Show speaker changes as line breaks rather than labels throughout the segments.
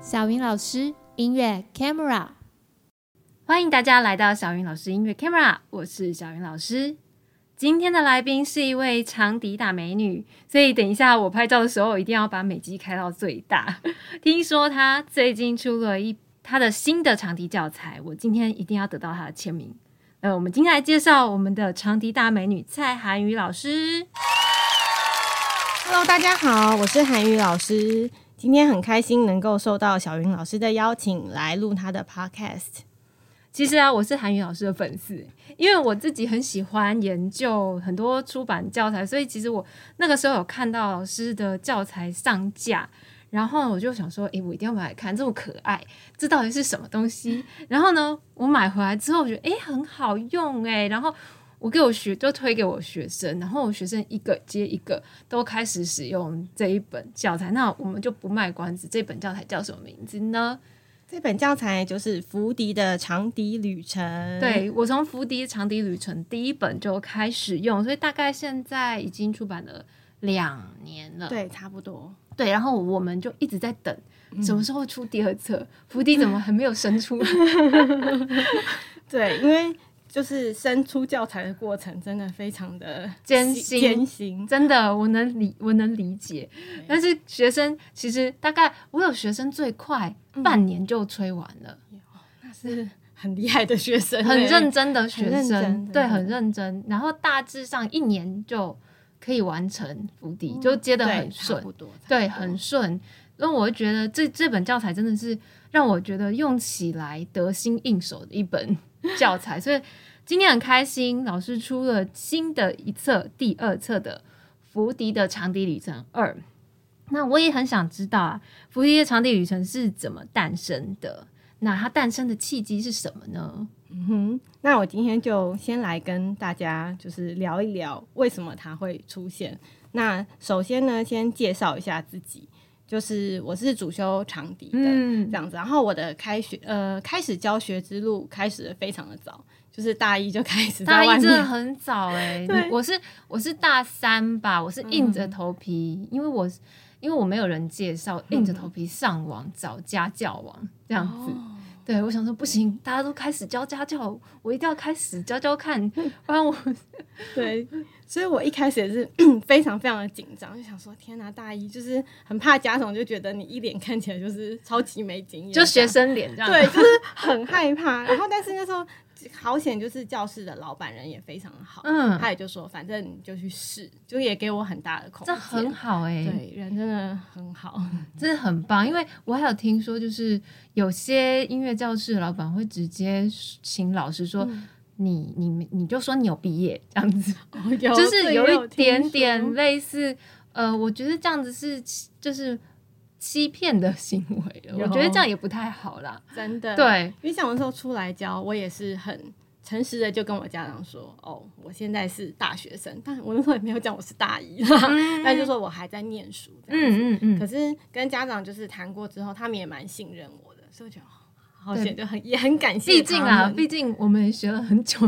小云老师音乐 Camera，
欢迎大家来到小云老师音乐 Camera，我是小云老师。今天的来宾是一位长笛大美女，所以等一下我拍照的时候一定要把美肌开到最大。 听说她最近出了一她的新的长笛教材，我今天一定要得到她的签名。呃，我们今天来介绍我们的长笛大美女蔡涵宇老师。
Hello，大家好，我是韩语老师。今天很开心能够受到小云老师的邀请来录她的 Podcast。
其实啊，我是韩语老师的粉丝，因为我自己很喜欢研究很多出版教材，所以其实我那个时候有看到老师的教材上架，然后我就想说，诶，我一定要买来看，这么可爱，这到底是什么东西？然后呢，我买回来之后，我觉得诶，很好用诶，然后我给我学就推给我学生，然后我学生一个接一个都开始使用这一本教材。那我们就不卖关子，这本教材叫什么名字呢？
这本教材就是福迪的长笛旅程。，
对我从福迪长笛旅程第一本就开始用，所以大概现在已经出版了两年了。
对，差不多。
对然后我们就一直在等。什么时候出第二册？福迪怎么还没有生出 来？
对，因为就是生出教材的过程真的非常的
艰辛
艰辛。
真的，我能理，我能理解。但是学生其实大概，我有学生最快半年就吹完了，
那是很厉害的学生欸，
很认真的学
很认
生
真，
对，
真的
很认真。然后大致上一年就可以完成福迪，就接的
嗯对
很顺
差。不多，
对，
差不多
很顺。那我会觉得这这本教材真的是让我觉得用起来得心应手的一本教 材，所以今天很开心，老师出了新的一册，第二册的《福迪的长笛旅程二》。那我也很想知道啊，《福迪的长笛旅程》是怎么诞生的？那它诞生的契机是什么呢？
嗯，那我今天就先来跟大家就是聊一聊为什么它会出现。那首先呢，先介绍一下自己，就是我是主修长笛的、
嗯
这，样子，然后我的开学呃开始教学之路开始的非常的早，就是大一就开始
大
在外
一真的
面，
很早哎、
对嗯
我是我是大三吧，我是硬着头皮，因为我因为我没有人介绍，硬着
嗯
头皮上网找家教网这样子。
哦
对，我想说不行，大家都开始教家教，我一定要开始教教 看，不然我
对，所以我一开始也是 非常非常的紧张，就想说天哪，大一就是很怕家长就觉得你一脸看起来就是超级没经验，
就学生脸 这样。
对，就是很害怕。然后，但是那时候好险，就是教室的老板人也非常好，
嗯
他也就说，反正你就去试，就也给我很大的空
这
间。
很好哎、
对，人真的很好。
真的很棒，因为我还有听说，就是有些音乐教室的老板会直接请老师说，
嗯
你你你就说你有毕业这样子，就是有一点点类似，呃，我觉得这样子是欺就是欺骗的行为了，我
有
觉得这样也不太好啦。
真的。，
对，
因为像我那时候出来教，我也是很。诚实的就跟我家长说，哦，我现在是大学生，但我那时候也没有讲我是大一啦，但就说我还在念书这样子。
嗯嗯
可
嗯，
是跟家长就是谈过之后，他们也蛮信任我的，所以我觉得哦好
对
险，就很也很感谢
毕竟
他
啊，
们
毕竟我们也学了很久，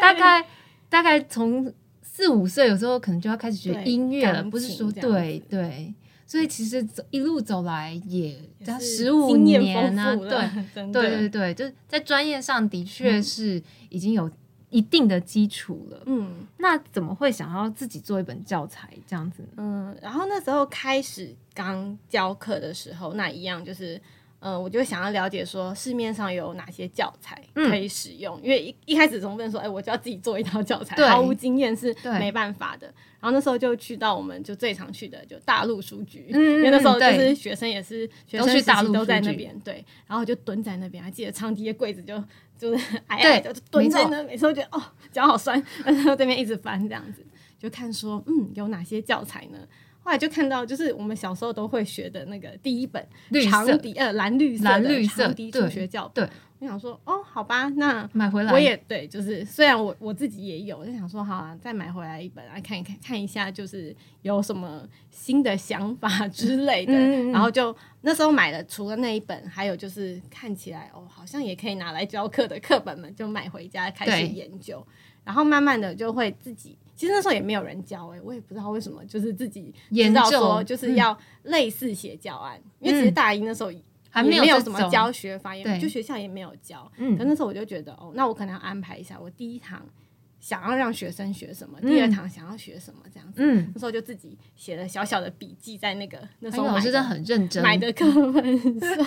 大概大概从四五岁，有时候可能就要开始学
对
音乐了，
钢
不是
琴
说
这样
对
子
对。所以其实走一路走来也
也是
十五
经验
年啊，
丰富了嗯
对，，
真的
对对对，就是在专业上的确是已经有一定的基础了。
嗯
那怎么会想要自己做一本教材这样子呢？
嗯。然后那时候开始刚教课的时候，那一样就是，呃，我就想要了解说市面上有哪些教材
嗯
可以使用，因为一一开始总不能说，哎、我就要自己做一套教材
对，
毫无经验是
对
没办法的。然后那时候就去到我们就最常去的就大陆书局，
嗯
因为那时候就
对
是学生也是学生
去
时
大
期
陆
都
书
在那
局
边，对，然后就蹲在那边，还记得长笛的柜子就就是矮
对
矮的，就蹲在
没
那，每次都觉得哦脚好酸，然后这边一直翻这样子，就看说嗯有哪些教材呢？后来就看到就是我们小时候都会学的那个第一本
绿色
长笛呃蓝绿色的
蓝绿色
长笛
对
初学教本，
对，
我想说哦好吧，那
买回来
我也对，就是虽然我我自己也有，就想说好啊，再买回来一本来看一看看一下，就是有什么新的想法之类的。
嗯嗯嗯
然后就那时候买了，除了那一本，还有就是看起来哦，好像也可以拿来教课的课本们，就买回家开
对
始研究。然后慢慢的就会自己，其实那时候也没有人教哎、我也不知道为什么，就是自己
研
知道
究
说就是要类似写教案，因为其实
嗯
大一那时候。
还
也
没
没
有这
什么
种
教学法，也
对
就学校也没有教。
嗯
可那时候我就觉得，哦，那我可能要安排一下，我第一堂想要让学生学什么，第二
嗯
堂想要学什么这样子。
嗯，哎
那时候就自己写了小小的笔记在那个那时
韩
候
语老
买
师真的很认真，
买的课本上，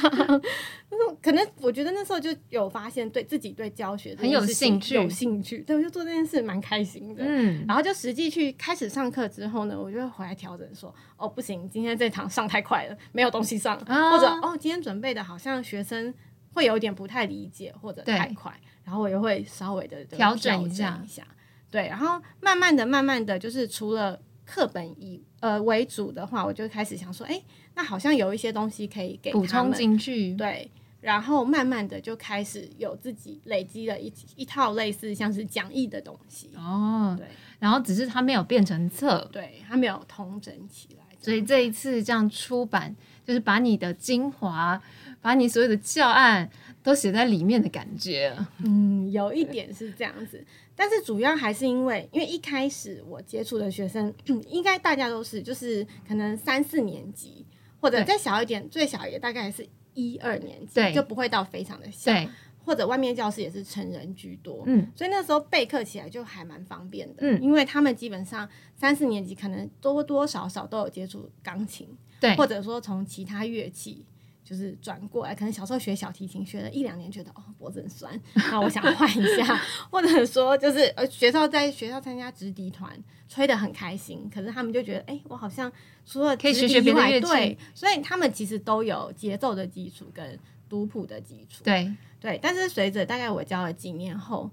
那种可能我觉得那时候就有发现对自己对教学这
很有
件事情
兴趣
有兴趣，对，我就做这件事蛮开心的。
嗯，
然后就实际去开始上课之后呢，我就会回来调整说，哦，不行，今天这堂上太快了，没有东西上，
啊
或者哦，今天准备的好像学生会有点不太理解或者
对
太快，然后我也会稍微的
调整一
一
下
一下，对，然后慢慢的、慢慢的，就是除了课本以呃为主的话，我就开始想说，哎，那好像有一些东西可以给
补
他
充
们
进去，
对，然后慢慢的就开始有自己累积了一一套类似像是讲义的东西，
哦，
对。
然后只是它没有变成册，
对，它没有同整起来，
所以这一次这样出版，就是把你的精华，把你所有的教案都写在里面的感觉，
嗯，有一点是这样子，但是主要还是因为，因为一开始我接触的学生， 应该大家都是就是可能三四年级，或者
对
再小一点，最小也大概是一二年级
对，
就不会到非常的小，
对，
或者外面教室也是成人居多，
嗯，
所以那时候备课起来就还蛮方便的，
嗯
因为他们基本上三四年级可能多多少少都有接触钢琴，
对，
或者说从其他乐器就是转过来，可能小时候学小提琴学了一两年，觉得哦脖子很酸， 那我想换一下， 或者说就是呃学校在学校参加直笛团，吹得很开心，可是他们就觉得哎、我好像除了
可以
直笛
学学别的
以外
乐器
对，所以他们其实都有节奏的基础跟读谱的基础，
对，
对，但是随着大概我教了几年后。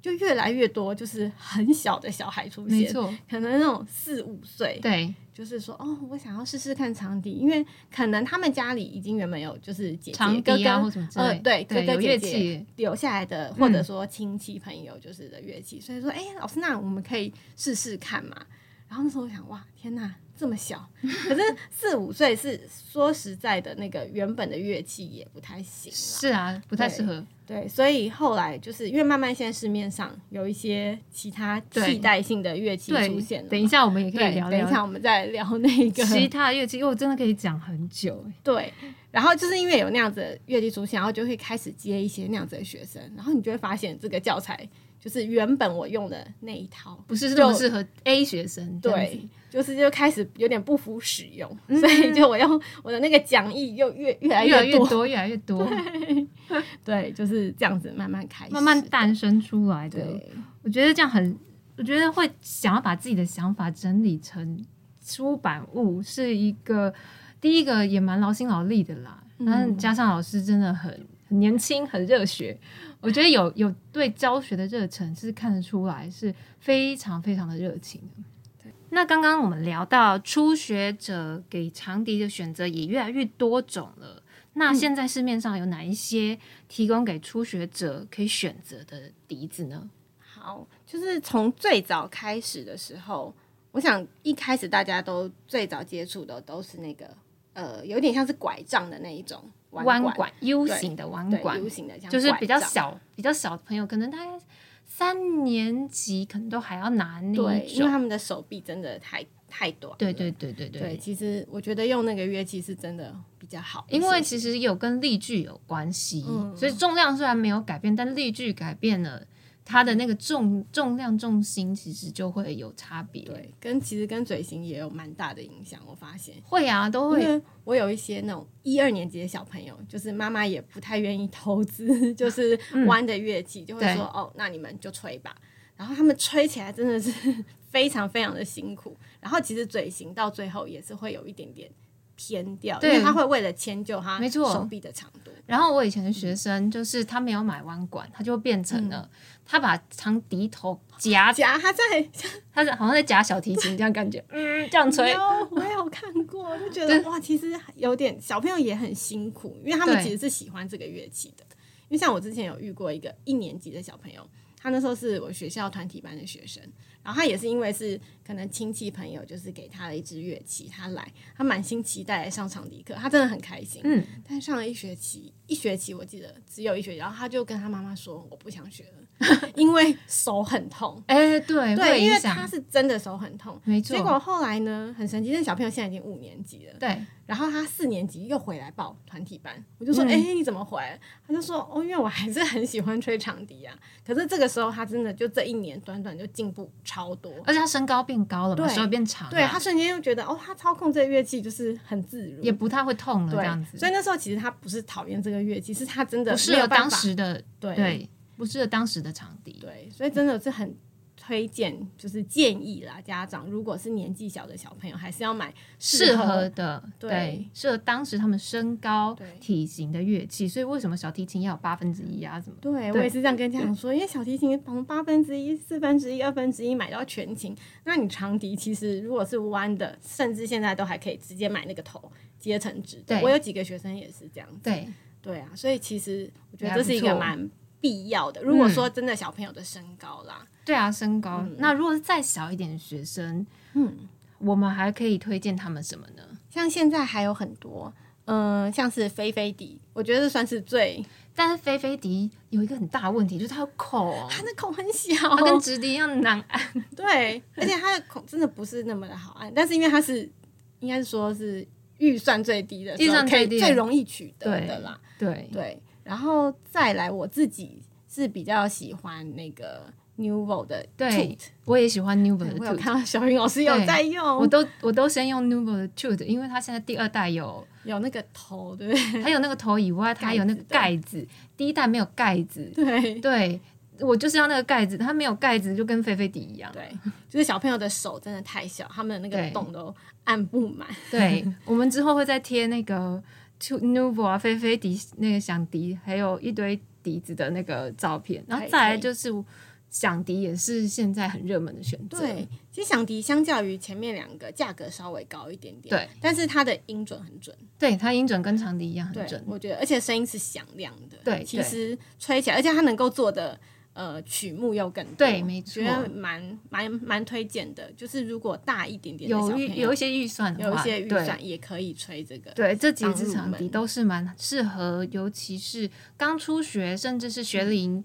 就越来越多，就是很小的小孩出
没
现，
错，
可能那种四五岁，
对，
就是说，哦，我想要试试看长笛，因为可能他们家里已经原本有就是姐姐、
长
哥
笛啊
哥
或什么之
呃
类，
对哥哥
有
姐
乐
姐
器，嗯
留下来的，或者说亲戚朋友就是的乐器，所以说，哎，老师，那我们可以试试看嘛。然后那时候我想，哇，天哪，这么小，可是四五岁是说实在的，那个原本的乐器也不太行啦。
是啊，不太适合，
对，所以后来就是因为慢慢现在市面上有一些其他替
对
代性的乐器出现
对，
了嘛，
等一下我们也可以
对，
聊
等
聊
一下我们再聊那个
其他乐器，因为我真的可以讲很久，哎
对，然后就是因为有那样子的乐器出现，然后就会开始接一些那样子的学生，然后你就会发现这个教材就是原本我用的那一套，
不是那么
就
适合 A 学生，这样子嗯
对，就是就开始有点不敷使用，所以就我用我的那个讲义又越越来
越来越
多，
多，越来越多，
对，就是这样子慢慢开始，
慢慢诞生出来的。
对，
我觉得这样很，我觉得会想要把自己的想法整理成出版物，是一个第一个也蛮劳心劳力的啦。
嗯
然后加上老师真的很很年轻，很热血，我觉得有有对教学的热忱是看得出来，是非常非常的热情的。那刚刚我们聊到初学者给长笛的选择也越来越多种了。那现在市面上有哪一些提供给初学者可以选择的笛子呢？
好，就是从最早开始的时候，我想一开始大家都最早接触的都是那个呃，有点像是拐杖的那一种弯
弯
管。
管 U 型的弯
对
管
U，型的这样，
就是比较。小、比较小的朋友，可能大概三年级，可能都还要拿那
对，
一
因为
种。
他们的手臂真的太太短了。
对对对对
对
对，
其实我觉得用那个乐器是真的比较好一些，
因为其实有跟力矩有关系，
嗯
所以重量虽然没有改变，但力矩改变了，它的那个重重量重心其实就会有差别。
对跟其实跟嘴型也有蛮大的影响，我发现。
会啊，都
因
会。
为我有一些那种一二年级的小朋友，就是妈妈也不太愿意投资， 就是弯的乐器，就
嗯
会
对
说哦，那你们就吹吧。然后他们吹起来真的是 非常非常的辛苦，然后其实嘴型到最后也是会有一点点偏掉，因
对
为他会为了迁就他
没错
手臂的长度，
然后我以前的学生就是他没有买弯管，他就变成了、他把长笛头夹，
嗯 夹他在
他是好像在夹小提琴这样感觉，嗯，这样吹
有。我有看过，就觉
对
得哇，其实有点小朋友也很辛苦，因为他们
对
其实是喜欢这个乐器的。因为像我之前有遇过一个一年级的小朋友，他那时候是我学校团体班的学生，然后他也是因为是可能亲戚朋友，就是给他了一支乐器，他来，他满心期待来上长笛课，他真的很开心。
嗯，
但上了一学期，一学期我记得只有一学期，然后他就跟他妈妈说：“我不想学了， 因为手很 痛。”
哎、对，会
对，因
影
为他
响，
是真的手很痛。
没错，
结果后来呢，很神奇，那小朋友现在已经五年级了，
对，
然后他四年级又回来报团体班，我就说：“
嗯
哎、你怎么回来？”他就说：“哦，因为我还是很喜欢吹长笛啊。”可是这个时候，他真的就这一年短短就进步超多。
而且他身高变高了嘛，
对
手也变长了，
对他瞬间又觉得哦，他操控这个乐器就是很自如，
也不太会痛嗯了，这样子，
对。所以那时候其实他不是讨厌这个乐器，是他真的
不适
没
合
有办
当
法
时的，
对
对，不适合当时的场地，
对，所以真的是很推荐，就是建议啦，家长如果是年纪小的小朋友，还是要买
适合
合
的，
对
对，适合当时他们身高
对、
体型的乐器。所以为什么小提琴要有八分之一啊？什么？
对，我
对嗯
也是这样跟家长说，因为小提琴从八分之一、四分之一、二分之一买到全琴，那你长笛其实如果是弯的，甚至现在都还可以直接买那个头接成直的。
对
我有几个学生也是这样子。
对，
对啊，所以其实我觉
也
得
还
这是一
不
个
错嗯
蛮必要的。如果说真的小朋友的身高啦，
对啊，身高。那如果是再小一点的学生，
嗯，
我们还可以推荐他们什么呢？
像现在还有很多，嗯、像是飞飞笛，我觉得算是最，
但是菲菲迪有一个很大的问题，就是它有孔，
它的孔很小，
它啊跟直笛一样难按。
对，而且它的孔真的不是那么的好啊按，但是因为它是，应该是说是预算最低的时候，
预算最低
可以最容易取得的啦。
对，
对，然后再来我自己是比较喜欢那个 Nuvo 的 t
对
o
我也喜欢 Nuvo 的
哎我有
Tube，
看到哦小云老师有
对
在用，
我都我都先用 Nuvo 的 Tube，因为它现在第二代 有
有那个头，对不对？
它有那个头以外，它有那个盖子。第一代没有盖子，
对
对我就是要那个盖子，它没有盖子就跟狒狒迪一样。
对，就是小朋友的手真的太小，他们的那
对
个洞都按不满。
对， 我们之后会再贴那个 To Nuvo 啊、狒狒迪那个响笛，还有一堆笛子的那个照片。然后
可以
再来
可以
就是响笛也是现在很热门的选择。
对，其实响笛相较于前面两个价格稍微高一点点，
对，
但是它的音准很准，
对，它音准跟长笛一样很
对
准，。
我觉得，而且声音是响亮的，
对
其实吹起来，而且它能够做的。呃，曲目又更多
对没错
觉得蛮蛮蛮推荐的。就是如果大一点点的小
有
朋
预
友
有一些预算的
有一
话，
些预
对
算，也可以吹这个。
对，这几
当
支
入
场地
门
都是蛮适合，尤其是刚出学，甚至是
嗯
学龄。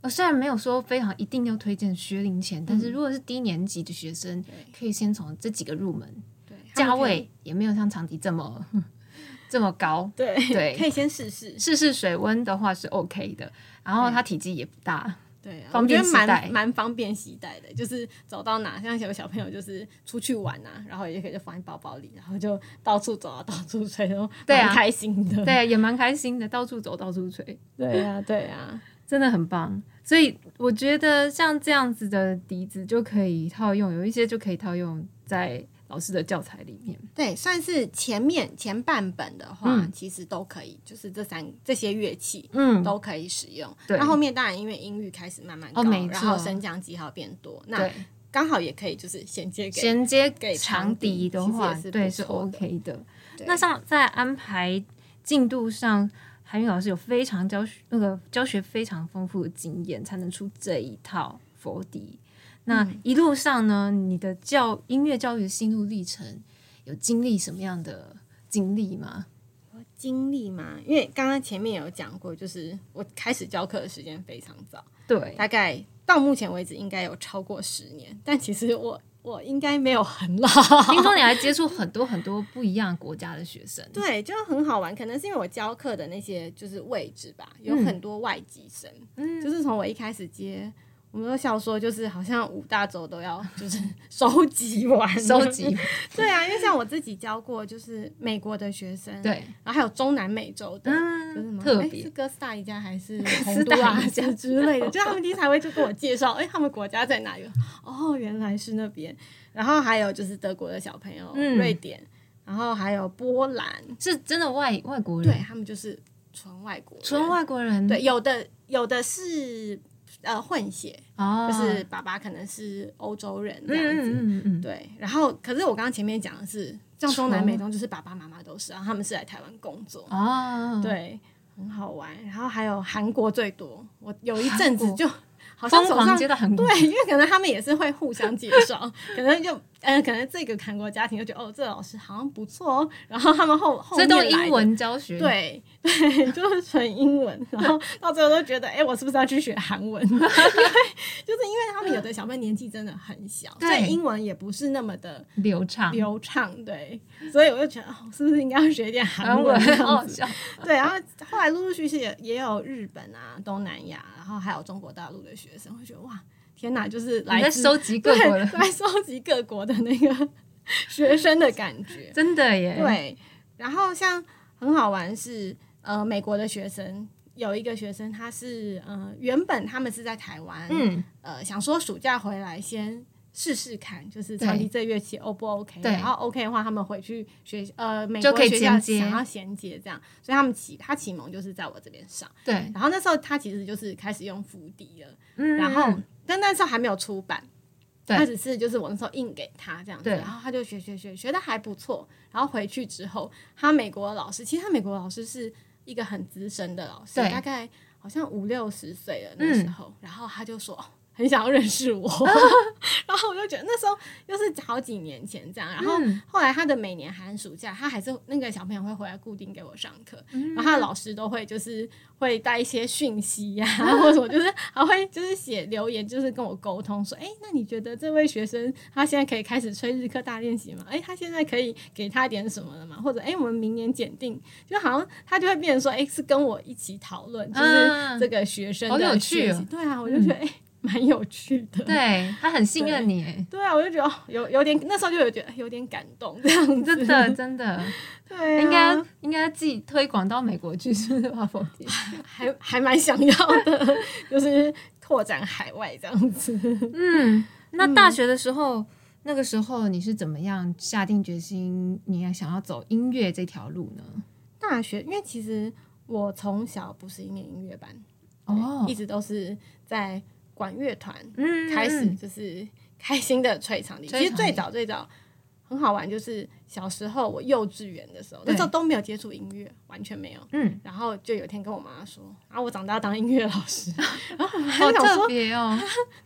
呃，虽然没有说非常一定要推荐学龄前，但是
嗯
如果是低年级的学生，可以先从这几个入门，
对，他
价
们可以
位也没有像长笛这么 这么高。
对
对
可以先试试。
试试水温的话是 OK 的，然后它体积也不 大，
对、啊，
方便
我觉
携
得
带
蛮蛮方便携带的，就是走到哪，像有小朋友就是出去玩啊，然后也可以就放在包包里，然后就到处走啊，到处吹，然后
对啊
蛮开心的。
对，也蛮开心的，到处走，到处吹。
对啊，对啊，
真的很棒。所以我觉得像这样子的笛子就可以套用，有一些就可以套用在老师的教材里面。
对，算是前面前半本的话，
嗯
其实都可以，就是这三这些乐器。
嗯
都可以使用，
对
那后面当然因为音域开始慢慢高，
哦没错
然后升降记号变多，那
对，
刚好也可以就是衔接给
衔接
给
长
长
笛
笛
的
其实
话
也，是
对
不
是
错
OK 的。
对
那像在安排进度上，韩语老师有非常教学那个教学非常丰富的经验，才能出这一套佛笛。那
嗯
一路上呢，你的教音乐教育的心路历程有经历什么样的经历吗？
经历嘛，因为刚刚前面有讲过，就是我开始教课的时间非常早，
对，
大概到目前为止应该有超过十年，但其实我我应该没有很老，
听说你还接触很多很多不一样国家的学生，
对，就很好玩。可能是因为我教课的那些就是位置吧，有
嗯
很多外籍生，
嗯
就是从我一开始接。我们都笑说，就是好像五大洲都要就是 收集完，
收集
对啊，因为像我自己教过，就是美国的学生，，
对，
然后还有中南美洲的，就是什
嗯，
么
特
哎
别
是哥斯达黎加 还是
斯
洪
达
都
黎
拉
加
斯之类的，就他们第一才会就跟我介绍，哎，他们国家在哪里？哦，原来是那边。然后还有就是德国的小朋友，
嗯
瑞典，然后还有波兰，
是真的外外国
对
人，
他们就是纯外国人，
纯外国人，
对，有的有的是呃混血，
哦，
就是爸爸可能是欧洲人
嗯
这样子。
嗯嗯嗯，嗯
对，然后可是我刚刚前面讲的是，像中南美洲就是爸爸妈妈都是，然后他们是来台湾工作，
哦，
对，很好玩。然后还有韩国最多，我有一阵子就好像
疯
手
狂
上
接到很
对，因为可能他们也是会互相介绍， 可能就嗯、可能这个韩国家庭就觉得哦，这老师好像不错哦，然后他们后后
这
面
都
来
英
的
文教学，，
对对， 就是纯英文，然后到最后都觉得，哎、我是不是要去学韩文？ 因为就是因为他们有的小朋友年纪真的很小，所
对
以英文也不是那么的
流畅，
流畅，对，所以我就觉得，哦，是不是应该要学一点韩
韩
文
文
这
好哦好
样 子？
笑。
对，然后后来陆陆续续也也有日本啊、东南亚，然后还有中国大陆的学生，会觉得哇，天哪，就是
你
来
在
自
收集各国
对
的，
来收集各国的那个学生的感觉，
真的耶，
对，然后像很好玩是，呃，美国的学生有一个学生，他是呃，原本他们是在台湾，，
嗯，
呃，想说暑假回来先试试看，就是
对
长笛这乐器 O 不 OK？
对
然后 OK 的话，他们回去学呃美
就
国
可以
学校
衔接
想要衔接这样，所以他们启他启蒙就是在我这边上，
对，
然后那时候他其实就是开始用伏笛了，
嗯，
然后但那时候还没有出版，
对
他只是就是我那时候印给他这样子，
对
然后他就学学学学的还不错，然后回去之后，他美国的老师，其实他美国的老师是一个很资深的老师，
对嗯
大概好像五六十岁了那时候，然后他就说。哦很想要认 识我，然后我就觉得那时候又是好几年前这样，然后
嗯
后来他的每年寒暑假，他还是那个小朋友会回来固定给我上课，
嗯
然后他的老师都会就是会带一些讯息呀、
啊
或者什么，就是还会就是写留言，就是跟我沟通说，哎，那你觉得这位学生他现在可以开始吹日课大练习吗？哎，他现在可以给他点什么了吗？或者哎，我们明年检定，就好像他就会变成说，哎，是跟我一起讨论，就是
嗯
这个学生
好有
的
趣
学
哦
习，对啊，我就觉得哎，蛮有趣的，
对他很信任你耶，
对啊，我就觉得哦有有点那时候就有觉得有点感动这样子，
真的真的，
对、啊，
应该应该寄推广到美国去，是不是华佛店？
还还蛮想要的，就是拓展海外这样子。
嗯，那大学的时候，那个时候你是怎么样下定决心，你要想要走音乐这条路呢？
大学，因为其实我从小不是一念音乐班，
哦
一直都是在管乐团
嗯
开始，
嗯
就是开心的吹长笛。
吹
其实
长
最
笛
早最早很好玩，就是小时候我幼稚园的时候，
对
那时候都没有接触音乐，完全没有。
嗯，
然后就有一天跟我妈说，然、啊、后我长大要当音乐老师， 然后我妈
好
还想
特
说，
别 哦，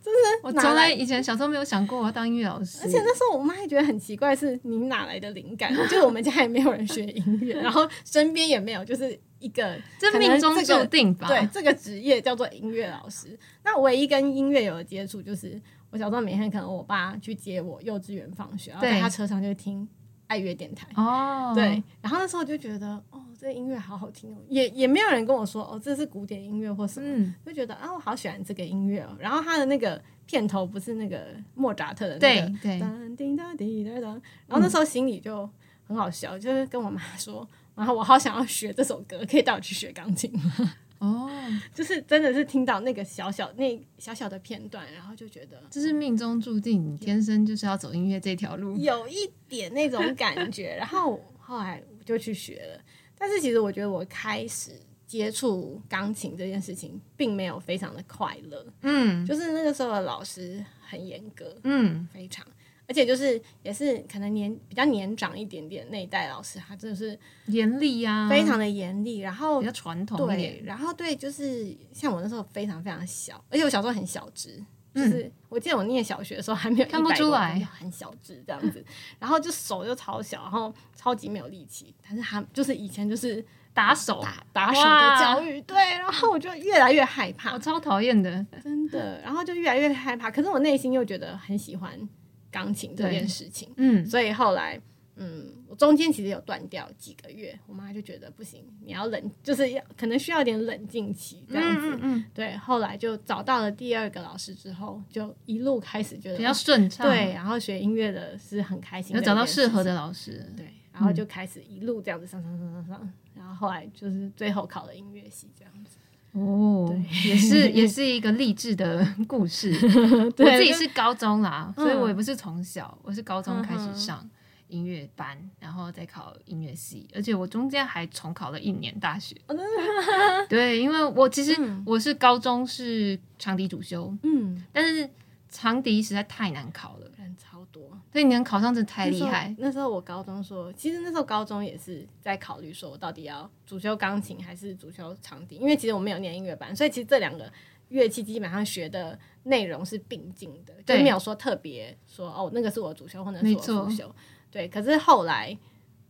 真的，我从
哪
来
来
以前小时候没有想过我要当音乐老师，
而且那时候我妈还觉得很奇怪，是你哪来的 灵感？就是我们家也没有人学音乐，然后身边也没有，就是一个
这
可能
命中
这
注
个
定吧？
对，这个职业叫做音乐老师。那唯一跟音乐有的接触，就是我小时候每天可能我爸去接我幼稚园放学，然后
对
在他车上就听爱乐电台。
哦，
对，，然后那时候就觉得，哦，这音乐好好听哦，也也没有人跟我说，哦，这是古典音乐或什么，
嗯，
就觉得啊，我好喜欢这个音乐哦。然后他的那个片头不是那个莫扎特的那
对
个
对，
当叮当滴答当。然后那时候心里就很好笑，就是跟我妈说，然后我好想要学这首歌，可以带我去学钢琴吗？
哦，
就是真的是听到那个小小那小小的片段，然后就觉得
这是命中注定，你天生就是要走音乐这条路。
有一点那种感觉。然后后来我就去学了，但是其实我觉得我开始。接触钢琴这件事情并没有非常的快乐，
嗯
就是那个时候的老师很严格，
嗯，
非常，而且就是也是可能年比较年长一点点那一代老师，他真的是
严厉呀，
非常的严厉，然后
比较传统嗯一
对
点，，
然后对，就是像我那时候非常非常小，而且我小时候很小只。就是我记得我念小学的时候还没有
嗯看不
100
出来
公分很小只 这样子，然后就手就超小，然后超级没有力气。但是他就是以前就是
打手，
打打手的教育，对，然后我就越来越害怕
我，超讨厌的。
真的，然后就越来越害怕。可是我内心又觉得很喜欢钢琴这件
对
事情，
嗯，
所以后来，嗯，我中间其实有断掉几个月，我妈就觉得不行，你要冷，就是要可能需要一点冷静期这样子。
嗯嗯
对，后来就找到了第二个老师之后，就一路开始觉
嗯，
得
比较
哦
顺畅，
对，，然后学音乐的是很开心的
有
一
找
件事情，
到适合的老师。
对，然后就开始一路这样子上上上上上，然后后来就是最后考了音乐系这样子。
哦，也 是也是一个励志的故事。我
对
自己是高中啦，
嗯
所以我也不是从小，我是高中开始上音乐班，然后再考音乐系，而且我中间还重考了一年大学。
哦
对，因为我其实
嗯
我是高中是长笛主修，
嗯，
但是长笛实在太难考了，
人超多，
所以你能考上真的太厉害。
那时候。那时候我高中说，其实那时候高中也是在考虑说我到底要主修钢琴还是主修长笛，因为其实我没有念音乐班，所以其实这两个乐器基本上学的内容是并进的，
对
就没有说特别说哦，那个是我主修或者是
没
我
错
副修。对，可是后来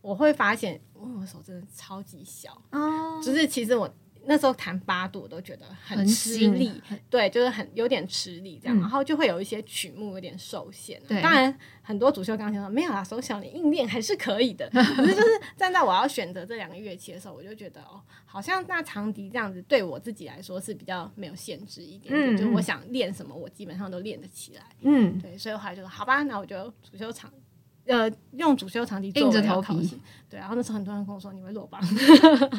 我会发现，因为我手真的超级小，
哦，
就是其实我那时候弹八度我都觉得很
很
吃
新
力，，
很
对，就是很有点吃力这样，
嗯
然后就会有一些曲目有点受限。
对
当然很多主修钢琴说没有啦，手小你硬练还是可 以的。可是就是站在我要选择这两个乐器的时候，我就觉得哦，好像那长笛这样子对我自己来说是比较没有限制一点点，
嗯
就
嗯
我想练什么，我基本上都练得起来。
嗯，
对，所以我后来就说好吧，那我就主修长。呃，用主修长笛
硬着
作为
头
要
皮
考试，对。然后那时候很多人跟我说你会落榜，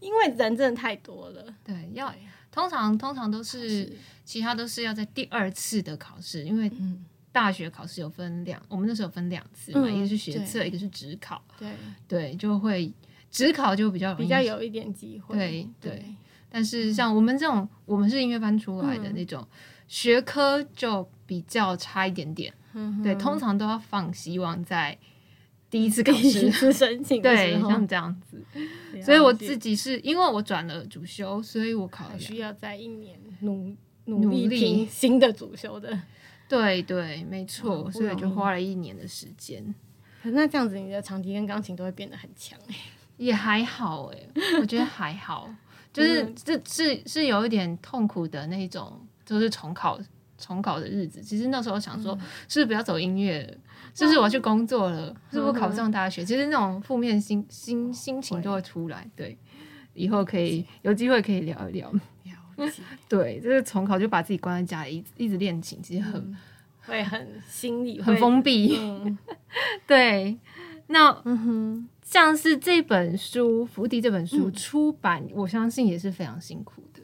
因为人真的太多了。
对，要
对，
通常通常都是其他都是要在第二次的考试，因为
嗯，
大学考试有分两，我们那时候有分两次嘛，
嗯
一个是学测，一个是职考，
对。
对，就会职考就比较容易
比较，有一嗯点机会。
对
对
对但是像我们这种，我们是音乐班出来的
嗯
那种、学科就比较差一点点，
嗯
对，通常都要放希望在第一次考
第一
试，
次申请的
对
时，候，
像这样子，
了
所以我
解
自己是因为我转了主修，所以我考了
还
两
需要在一年努
努
努力
力
拼新的主修的。
对对，没错，
不
所以就
容易
花了一年的时间，
可是那这样子，你的长笛跟钢琴都会变得很强、欸。
也还好哎、 我觉得还好，就是
嗯
这是是有一点痛苦的那种，就是重考重考的日子。其实那时候想说，是不是不要走音乐了，是不是我要去工作了，是不是我考不上大学？其实那种负面心心心情都会出来。对，以后可以有机会可以聊一聊。
了解，
对，就是重考就把自己关在家里，一直一直练琴，其实很
会很心里
很
会
封闭。
嗯
对，那
嗯哼，嗯
像是这本书《福迪》这本书、出版，我相信也是非常辛苦的。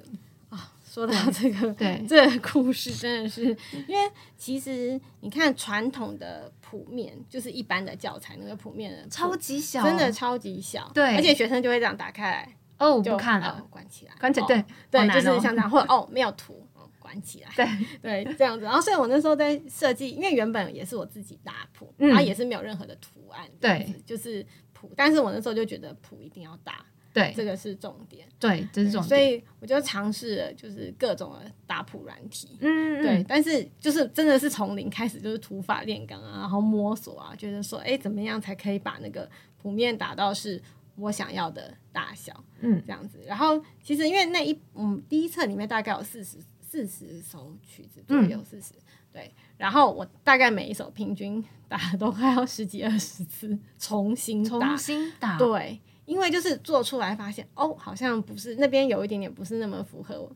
说到这个，
对
这个故事真的是，因为其实你看传统的谱面，就是一般的教材那个谱面的谱
级小
真的超级小，
对
而且学生就会这样打开来，
哦，我
就
不看
呃
了，
关起来，
关键
哦
对好
对，
难
就是
哦
像这样，或者哦没有图，哦关起来，
对
对这样子。然后所以我那时候在设计，因为原本也是我自己打谱，
嗯
然后也是没有任何的图案，这样子，就是谱。但是我那时候就觉得谱一定要打，
对
这个是重点，
对，这是重
所
点。
以我就尝试了就是各种的打谱软体。
嗯，嗯
对，，但是就是真的是从零开始，就是土法炼钢啊，然后摸索啊，觉得说，哎，怎么样才可以把那个谱面打到是我想要的大小？
嗯，
这样子。然后其实因为那一嗯第一册里面大概有四十四十首曲子左
嗯
右，四十、对。然后我大概每一首平均打都快要十几二十次，重新打，
重新打，
对。因为就是做出来发现哦，好像不是那边有一点点不是那么符合我，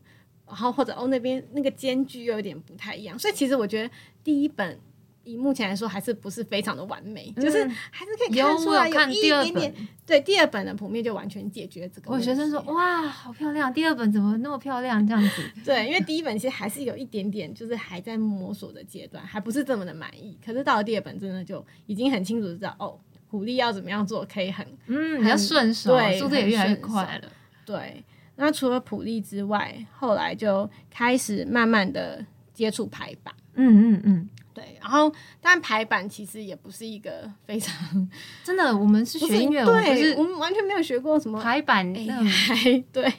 然后或者哦那边那个间距又有点不太一样，所以其实我觉得第一本以目前来说还是不是非常的完美，就是
嗯
还是可以
有
看出
我
来
有看
一
第二
点点
本，
对第二本的谱面就完全解决这个
我
问题。
学生说哇，好漂亮，第二本怎么那么漂亮？这样子，
对，因为第一本其实还是有一点点，就是还在摸索的阶段，还不是这么的满意。可是到了第二本，真的就已经很清楚知道哦，狐狸要怎么样做可以很
嗯，比较顺手，
对
速度也越来越
很顺手
快了。
对。那除了普利之外，后来就开始慢慢的接触排版，
嗯嗯嗯，
对。然后，但排版其实也不是一个 非常
真的，我们是
不
学音乐，我们不
对，我
是
们完全没有学过什么
排版，
哎
那种
排， 对。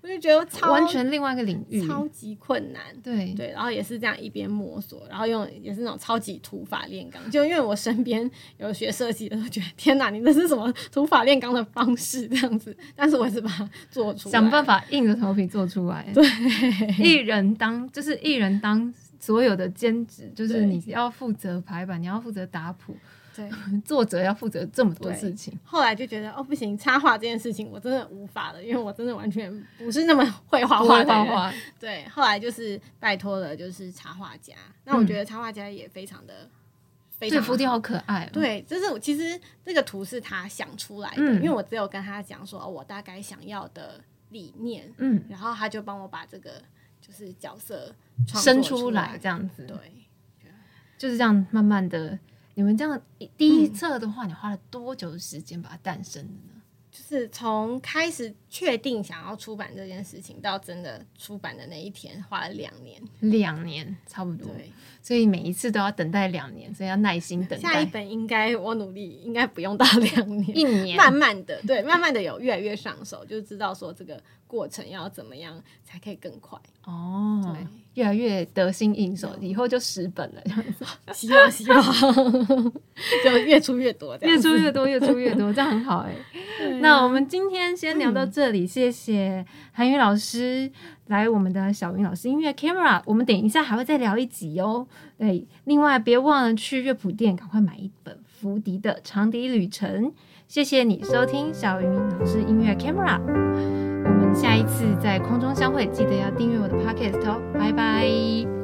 我就觉得超
完全另外一个领域。
超级困难，
对，
对，然后也是这样一边摸索，然后用也是那种超级土法炼钢，就因为我身边有学设计的，都觉得天哪，你这是什么土法炼钢的方式这样子？但是我还是把它做出来，
想办法硬着头皮做出来。 对，一人当就是一人当所有的兼职，就是
对
你要负责排版，你要负责打谱，
对。
作者要负责这么多
对
事情。
后来就觉得哦，不行，插画这件事情我真的无法了，因为我真的完全不是那么会画画
画
的
画
人。
画，
对，后来就是拜托了，就是插画家。那我觉
嗯
得插画家也非常的、非
对，
常
福迪好可爱、哦。，
对，就是我其实这个图是他想出来的，
嗯
因为我只有跟他讲说、哦、我大概想要的理念，
嗯，
然后他就帮我把这个就是角色创作
生
出
出来这
样。
样子，
对，
就是这样慢慢的。你们这样
嗯
第一册的话，你花了多久的时间把它诞生的呢？
就是从开始确定想要出版这件事情到真的出版的那一天，花了两年。
两年差不多，
对，
所以每一次都要等待两年，所以要耐心等
下一
待
本应该我努力应该不用到两年，
一年。
慢慢的，对，慢慢的有越来越上手，就知道说这个过程要怎么样才可以更快。
哦
对，
越来越得心应手，以后就十本了，这样子
希望希望 就越出越多，这
越
样
出越多，越出越多，这样很好哎、那我们今天先聊到这里，谢谢韩语老师来我们的小云老师音乐 Camera，我们等一下还会再聊一集哦。对，另外别忘了去乐谱店赶快买一本福迪的《长笛旅程》。谢谢你收听小云老师音乐 Camera，我们下一次在空中相会，记得要订阅我的 Podcast 哦，拜拜。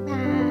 拜。